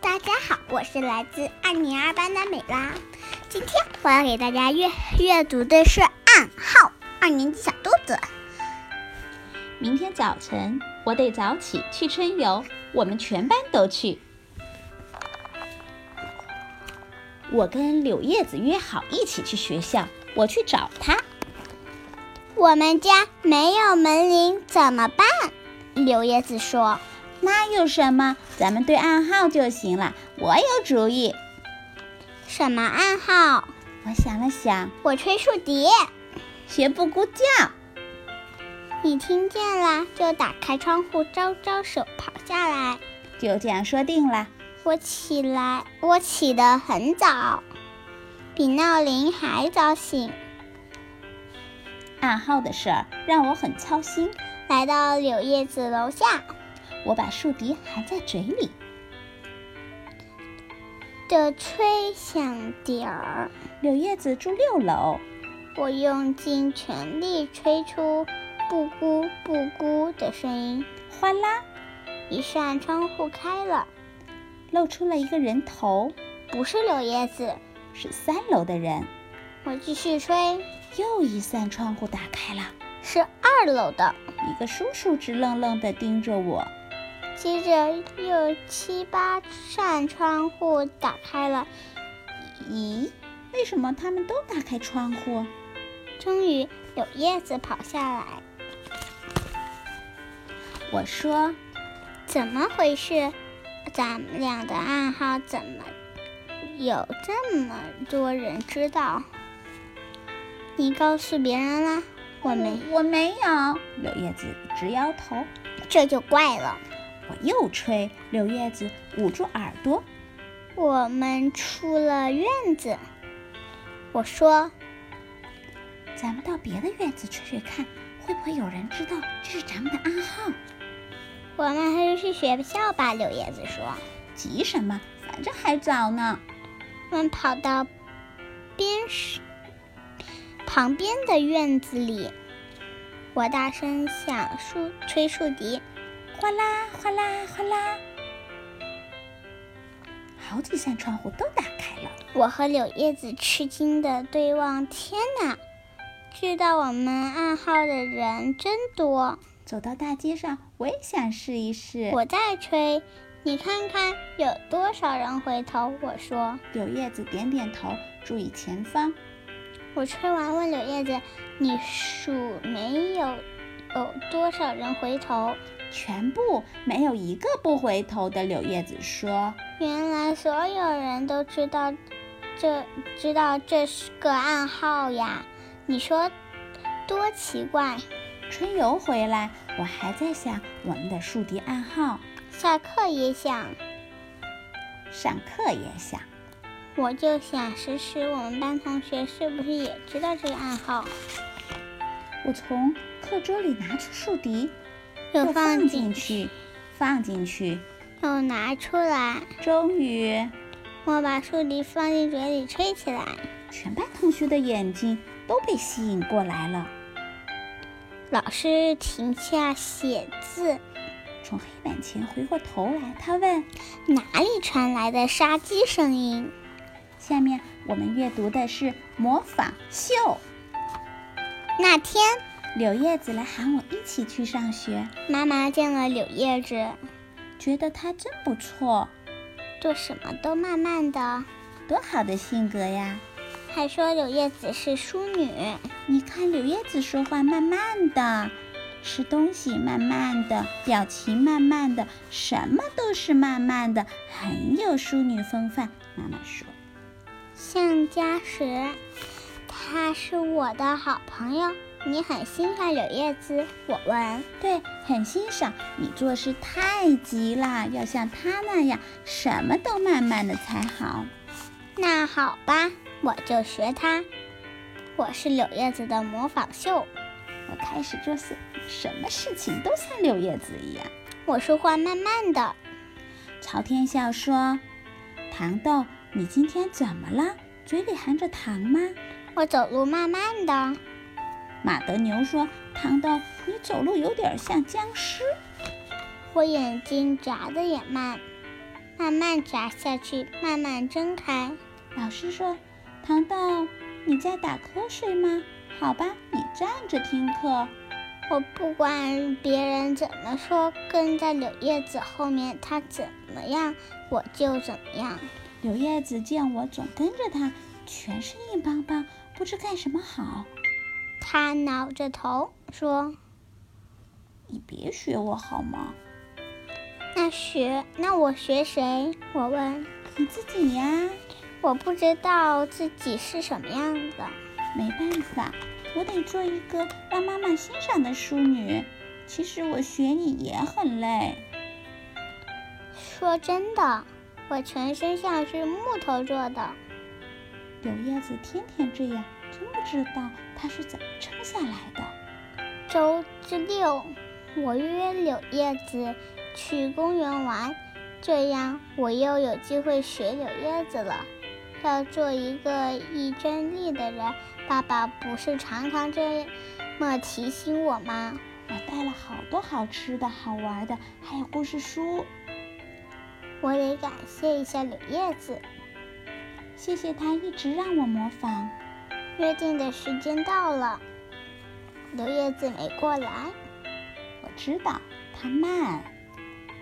大家好，我是来自二年二班的美拉。今天我要给大家阅阅读的是《暗号》，二年级小兔子。明天早晨我得早起去春游，我们全班都去。我跟柳叶子约好一起去学校，我去找她。我们家没有门铃，怎么办？柳叶子说那有什么？咱们对暗号就行了。我有主意。：“什么暗号？我想了想，我吹竖笛，学布谷叫。你听见了就打开窗户，招招手，跑下来。就这样说定了。我起来，我起得很早，比闹铃还早醒。”暗号的事儿让我很操心。来到柳叶子楼下，我把竖笛含在嘴里，的吹响笛儿，柳叶子住六楼，我用尽全力吹出“布谷布谷”的声音。哗啦，一扇窗户开了，露出了一个人头，不是柳叶子。是三楼的人。我继续吹，又一扇窗户打开了，是二楼的。一个叔叔直愣愣地盯着我。接着又七八扇窗户打开了，咦，为什么他们都打开窗户？终于柳叶子跑下来。我说，怎么回事？咱们俩的暗号怎么有这么多人知道？你告诉别人啦？我没，我没有。柳叶子直摇头。这就怪了。我又吹，柳叶子捂住耳朵。我们出了院子，我说咱们到别的院子吹吹看，会不会有人知道这是咱们的啊暗号？我们还是去学校吧。柳叶子说，急什么？反正还早呢。我们跑到边是旁边的院子里，我大声响竖吹竖笛，哗啦哗啦哗啦，好几扇窗户都打开了。我和柳叶子吃惊的对望，天哪！知道我们暗号的人真多。走到大街上，我也想试一试。我在吹，你看看有多少人回头。我说，柳叶子点点头，注意前方。我吹完问柳叶子：“你数没有有多少人回头全部没有一个不回头的。柳叶子说？”原来所有人都知道这知道这是个暗号呀！你说多奇怪！：“春游回来，我还在想我们的竖笛暗号。下课也想。上课也想。我就想试试我们班同学是不是也知道这个暗号，我从课桌里拿出竖笛，又又放放进进去，去，放进去。又拿出来。终于，我把竖笛放进嘴里吹起来。全班同学的眼睛都被吸引过来了，老师停下写字，从黑板前回过头来，他问哪里传来的杀鸡声音？：“下面我们阅读的是模仿秀。那天，”柳叶子来喊我一起去上学，妈妈见了柳叶子，觉得她真不错。做什么都慢慢的，多好的性格呀！还说柳叶子是淑女。你看柳叶子说话慢慢的，吃东西慢慢的，表情慢慢的，什么都是慢慢的，很有淑女风范。妈妈说，向佳时，她是我的好朋友。你很欣赏柳叶子，我问。对，很欣赏你做事太急了，要像她那样，什么都慢慢的才好。那好吧，我就学她。我是柳叶子的模仿秀，我开始做事，什么事情都像柳叶子一样。我说话慢慢的。朝天笑说：“糖豆，你今天怎么了？嘴里含着糖吗？”我走路慢慢的，马德牛说：“糖豆，你走路有点像僵尸。我眼睛眨的也慢。慢慢砸下去，慢慢睁开。老师说：“糖豆，你在打瞌睡吗？好吧，你站着听课。我不管别人怎么说，跟在柳叶子后面，它怎么样我就怎么样。”柳叶子见我总跟着它，全是硬邦邦，不知干什么好。它挠着头说你别学我好吗？：“那学那我学谁？”我问：“你自己呀、我不知道自己是什么样子。没办法，我得做一个让妈妈欣赏的淑女。其实我学你也很累。”说真的，我全身像是木头做的。柳叶子天天这样，真不知道她是怎么撑下来的。周之六，我约柳叶子去公园玩，这样我又有机会学柳叶子了。要做一个一真力的人，爸爸不是常常这么提醒我吗？我带了好多好吃的、好玩的，还有故事书。我得感谢一下柳叶子。谢谢她一直让我模仿。约定的时间到了，柳叶子没过来。我知道她慢，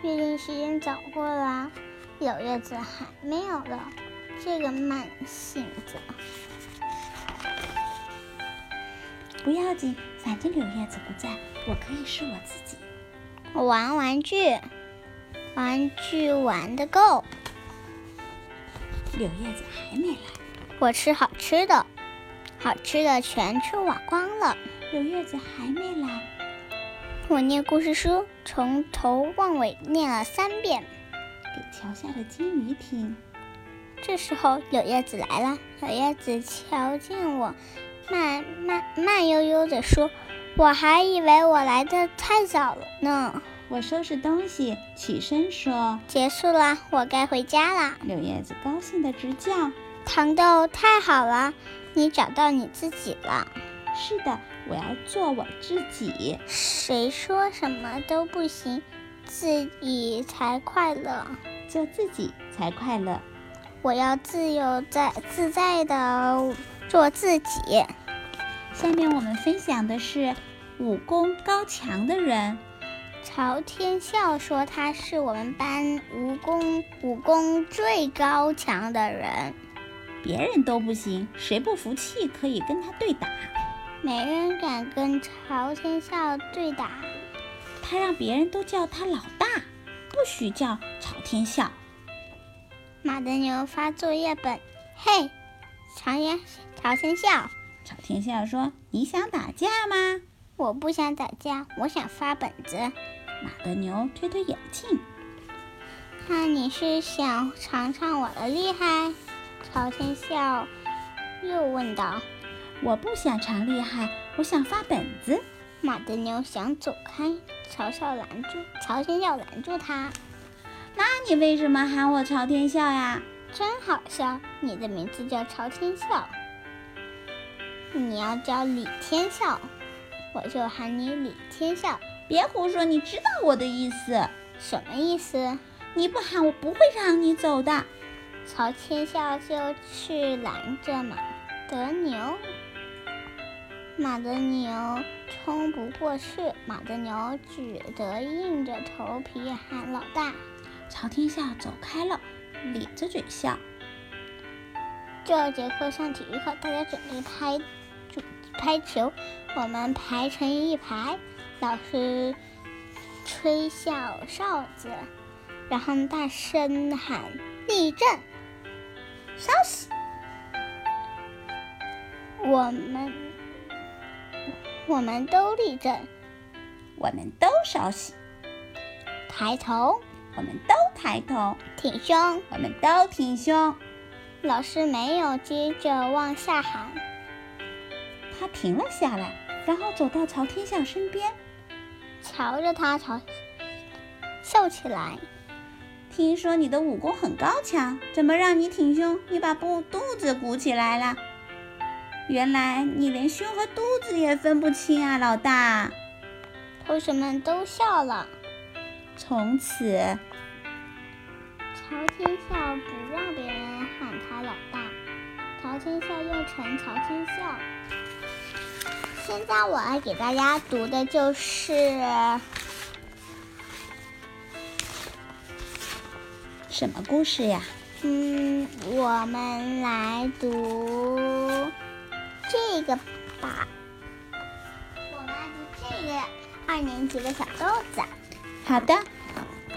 约定时间早过了，柳叶子还没有了，这个慢性子。不要紧，反正柳叶子不在，我可以是我自己。我玩玩具，玩具玩的够，柳叶子还没来，我吃好吃的，好吃的全吃完光了。柳叶子还没来，我念故事书，从头往尾念了三遍。给桥下的金鱼听。这时候，柳叶子来了。柳叶子瞧见我，慢慢慢悠悠地说：“我还以为我来的太早了呢。我收拾东西，起身说”结束啦，我该回家啦。：“柳叶子高兴的直叫。糖豆，太好了，你找到你自己了。是的，我要做我自己。”谁说什么都不行，自己才快乐。做自己才快乐。我要自由在自在的做自己。下面我们分享的是武功高强的人。曹天笑说他是我们班武功武功最高强的人，别人都不行，谁不服气可以跟他对打。没人敢跟曹天笑对打。他让别人都叫他老大，不许叫朝天笑。马德牛发作业本，嘿，曹天曹天笑，朝天笑说：“你想打架吗我不想打架，我想发本子。？”马德牛推推眼镜，那你是想尝尝我的厉害？曹天笑又问道。我不想尝厉害，我想发本子。马德牛想走开，曹笑拦住，曹天笑拦住他。那你为什么喊我朝天笑呀？真好笑，你的名字叫朝天笑，你要叫李天笑，我就喊你李天笑，别胡说，你知道我的意思。什么意思？你不喊我不会让你走的。朝天笑就去拦着马德牛，马德牛冲不过去，马德牛只得硬着头皮喊老大。朝天笑走开了，咧着嘴笑。这节课上体育课，大家准备拍准拍球，我们排成一排，老师吹响哨子，然后大声喊“立正”，稍息。我们我们都立正，我们都稍息，抬头我们都抬头，挺胸。我们都挺胸。老师没有接着往下喊，他停了下来，然后走到朝天笑身边，瞧着他朝笑起来。听说你的武功很高强，怎么让你挺胸？你把肚肚子鼓起来了。原来你连胸和肚子也分不清啊，老大。同学们都笑了。从此，朝天笑不让别人喊他老大，朝天笑又称朝天笑。现在我要给大家读的就是什么故事呀？嗯，我们来读这个吧。我们来读这个二年级的小豆子。好的，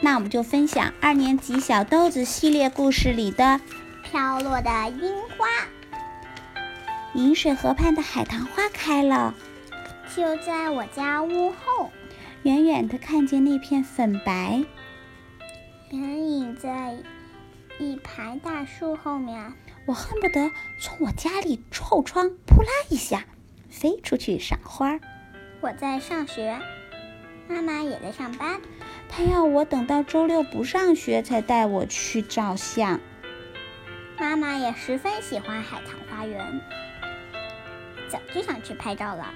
那我们就分享二年级小豆子系列故事里的飘落的樱花银水河畔的海棠花开了。就在我家屋后，远远的看见那片粉白，人影在一排大树后面。我恨不得从我家里后窗扑啦一下飞出去赏花儿。我在上学，妈妈也在上班。他要我等到周六不上学才带我去照相。妈妈也十分喜欢海棠花园，早就想去拍照了。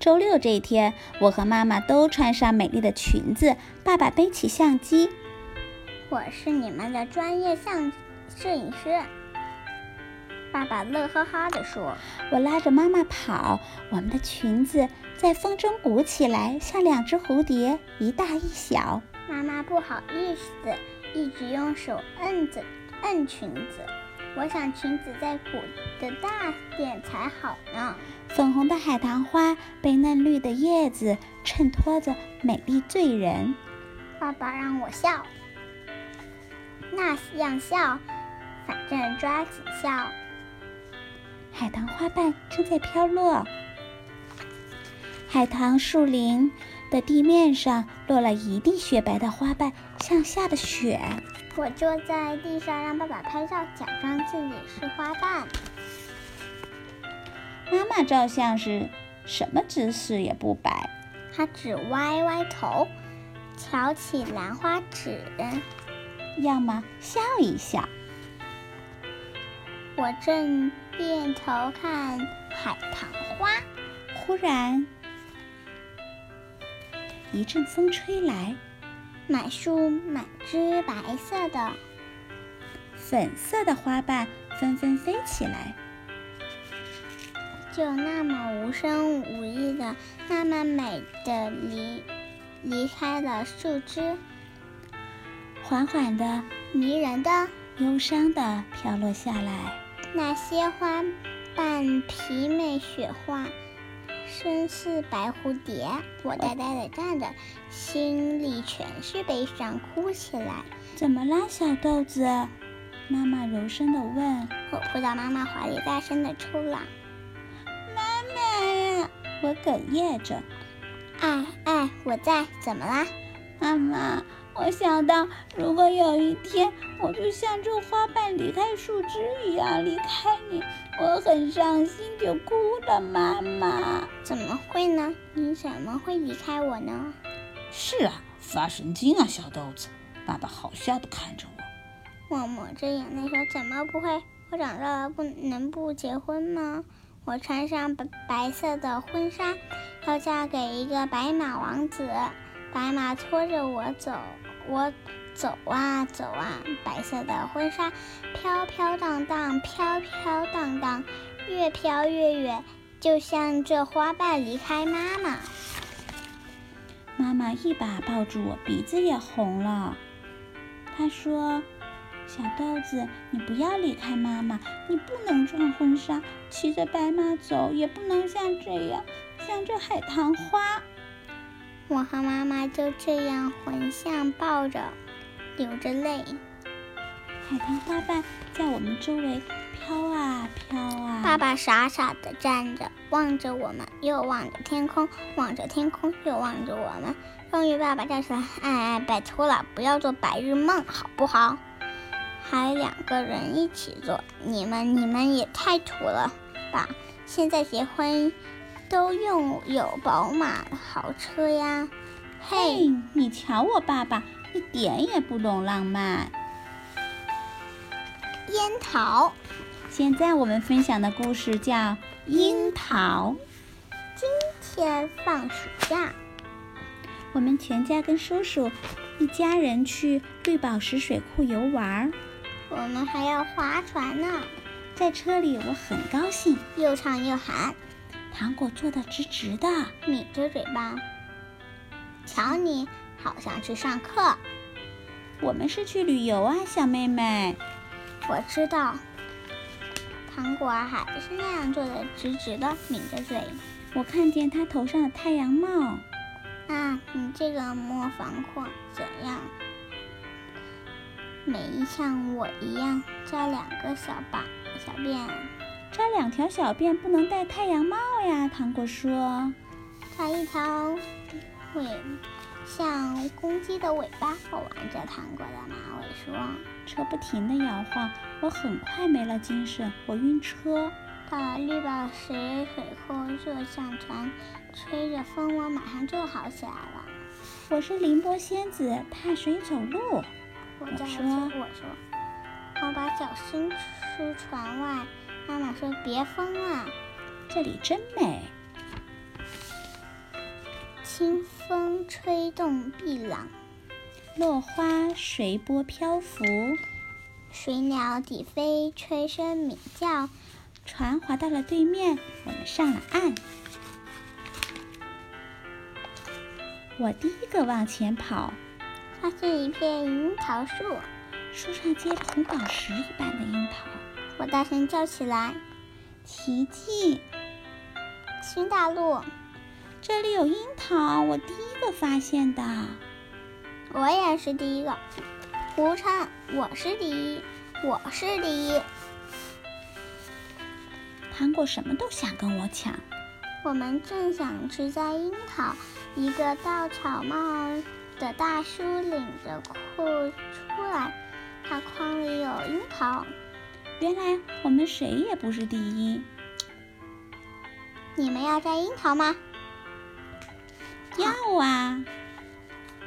周六这一天，我和妈妈都穿上美丽的裙子，爸爸背起相机，我是你们的专业相摄影师。爸爸乐呵呵地说我拉着妈妈跑，我们的裙子在风中鼓起来，像两只蝴蝶，一大一小。：“妈妈不好意思，一直用手摁着摁裙子。我想裙子再鼓得大点才好呢。粉红的海棠花被嫩绿的叶子衬托着美丽醉人。”爸爸让我笑，那样笑，反正抓紧笑。海棠花瓣正在飘落，海棠树林的地面上落了一地雪白的花瓣，像下的雪。我坐在地上让爸爸拍照，假装自己是花瓣。妈妈照相时什么姿势也不摆，他只歪歪头，挑起兰花指。要么笑一笑。我正变头看海棠花，忽然，一阵风吹来，满树满枝白色的。粉色的花瓣纷纷飞起来。就那么无声无息的，那么美的离离开了树枝，缓缓地、迷人的忧伤地飘落下来。那些花瓣皮美雪花，身似白蝴蝶。我呆呆地站着，心里全是悲伤，哭起来。怎么啦，小豆子？妈妈柔声地问。我扑到妈妈怀里，大声地抽嚷妈呀！我哽咽着。：“哎哎，我在，怎么啦？妈妈，我想到，如果有一天我就像这花瓣离开树枝一样离开你，我很伤心，就哭了。妈妈，怎么会呢？你怎么会离开我呢？是啊，发神经啊，小豆子！爸爸好笑的看着我。我抹着眼泪说：“怎么不会？我长大了不能不结婚吗？我穿上白白色的婚纱，要嫁给一个白马王子。白马拖着我走，我走啊走啊，白色的婚纱飘飘荡荡，飘飘荡荡，越飘越远，就像这花瓣离开妈妈。妈妈一把抱住我，鼻子也红了。她说：“小豆子，你不要离开妈妈，你不能穿婚纱，骑着白马走，也不能像这样，像这海棠花。”我和妈妈就这样混相抱着，流着泪。海棠花瓣在我们周围飘啊飘啊。爸爸傻傻的站着，望着我们，又望着天空，望着天空，又望着我们。终于，爸爸叫起来：“哎哎，拜托了，不要做白日梦，好不好？”还两个人一起做，你们你们也太土了吧！现在结婚都用有宝马豪车呀，嘿，嘿，哎你瞧我爸爸，一点也不懂浪漫。樱桃。现在我们分享的故事叫《樱桃》。今天放暑假，我们全家跟叔叔一家人去绿宝石水库游玩儿。我们还要划船呢，在车里，我很高兴，又唱又喊，糖果坐得直直的。抿着嘴巴。瞧你，好像去上课。我们是去旅游啊，小妹妹。我知道，糖果还是那样坐得直直的，抿着嘴。我看见她头上的太阳帽。啊，你这个模仿狂怎样？没像我一样扎两个小把小辫，扎两条小辫不能戴太阳帽呀，糖果说。扎一条尾，像公鸡的尾巴。我挽着糖果的马尾说。车不停地摇晃，我很快没了精神，我晕车。到了绿宝石水库，坐上船，吹着风，我马上就好起来了。我是凌波仙子，踏水走路。我在说我说，我把脚伸出船外，妈妈说别疯啊，这里真美。清风吹动碧浪，落花随波漂浮，水鸟底飞，吹声鸣叫。船划到了对面，我们上了岸。我第一个往前跑，发现一片樱桃树，树上结着红宝石一般的樱桃。我大声叫起来奇迹，：“新大陆，这里有樱桃，我第一个发现的。我也是第一个。”胡唱，我是第一，我是第一。糖果什么都想跟我抢，我们正想吃摘樱桃，一个稻草帽的大叔领着裤出来，他筐里有樱桃。原来我们谁也不是第一。你们要摘樱桃吗？要啊！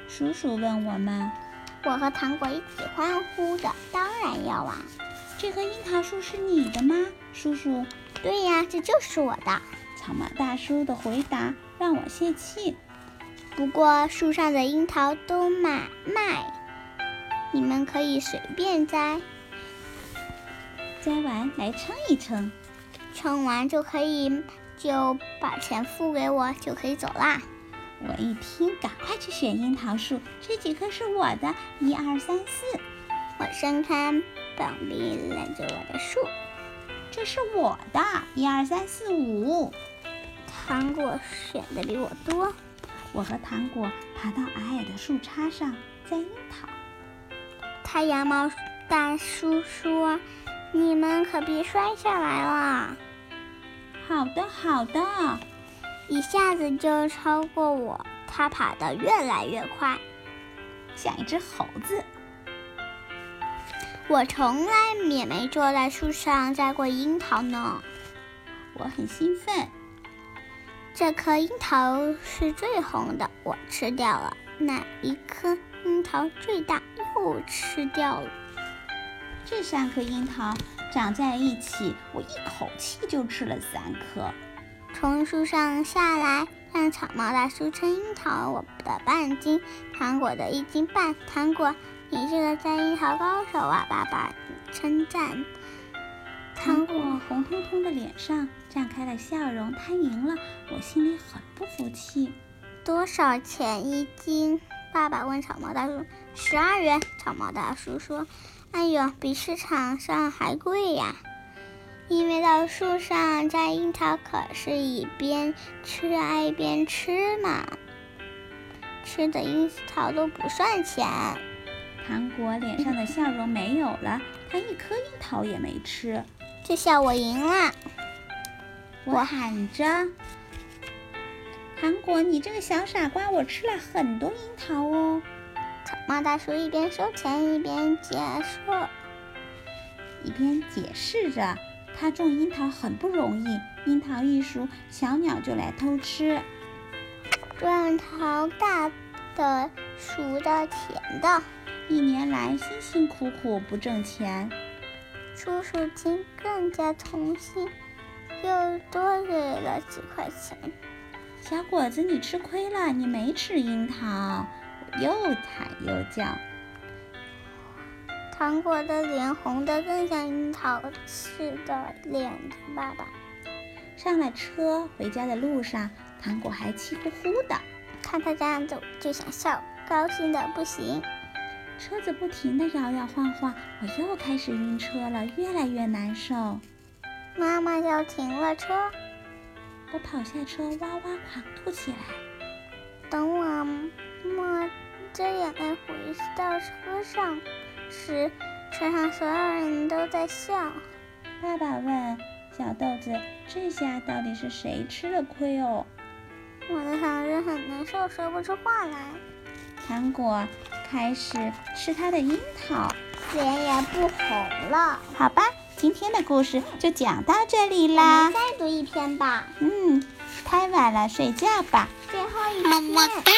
叔叔问我们我和糖果一起欢呼着，当然要啊！：“这棵樱桃树是你的吗？”叔叔对呀，这就是我的。草帽大叔的回答让我泄气。不过树上的樱桃都买卖，你们可以随便摘，摘完来称一称，称完就可以就把钱付给我，就可以走啦。我一听，赶快去选樱桃树，这几棵是我的，一二三四，我伸开膀臂揽着我的树。这是我的，一二三四五。糖果选的比我多，我和糖果爬到矮矮的树杈上摘樱桃。太阳帽大叔说：“你们可别摔下来了，好的，好的，一下子就超过我。”他爬得越来越快，像一只猴子。我从来也没坐在树上摘过樱桃呢。我很兴奋，这颗樱桃是最红的，我吃掉了；那一颗樱桃最大，又吃掉了。这三颗樱桃长在一起，我一口气就吃了三颗。从树上下来，让草帽大叔称樱桃我的半斤，糖果的一斤半。糖果，你是个摘樱桃高手啊！爸爸称赞。糖糖果，果红彤彤的脸上绽开了笑容，他赢了，我心里很不服气。多少钱一斤？爸爸问草帽大叔。十二元。草帽大叔说：“哎呦，比市场上还贵呀！因为到树上摘樱桃可是一边吃啊一边吃嘛，吃的樱桃都不算钱。”糖果脸上的笑容没有了，他一颗樱桃也没吃。这下我赢了，我喊着：“糖果，你这个小傻瓜，我吃了很多樱桃哦。”草帽大叔一边收钱一边解说。一边解释着，他种樱桃很不容易，樱桃一熟，小鸟就来偷吃。砖头大的、熟的、甜的，一年来辛辛苦苦不挣钱，叔叔听更加痛心，又多给了几块钱。小果子你吃亏了，你没吃樱桃。我又喊又叫。糖果的脸红的更像樱桃似的脸的爸爸。上了车，回家的路上，糖果还气呼呼的。看他这样走就想笑，高兴的不行。车子不停地摇摇晃晃，我又开始晕车了，越来越难受。妈妈要停了车，我跑下车，哇哇狂吐起来。等我抹着眼泪回到车上时，车上所有人都在笑。爸爸问小豆子：“这下到底是谁吃了亏哦我的嗓子很难受，说不出话来，？”糖果开始吃它的樱桃。脸也不红了。好吧，今天的故事就讲到这里我啦们。再读一篇吧，嗯，太晚了，睡觉吧。最后一篇。么么哒。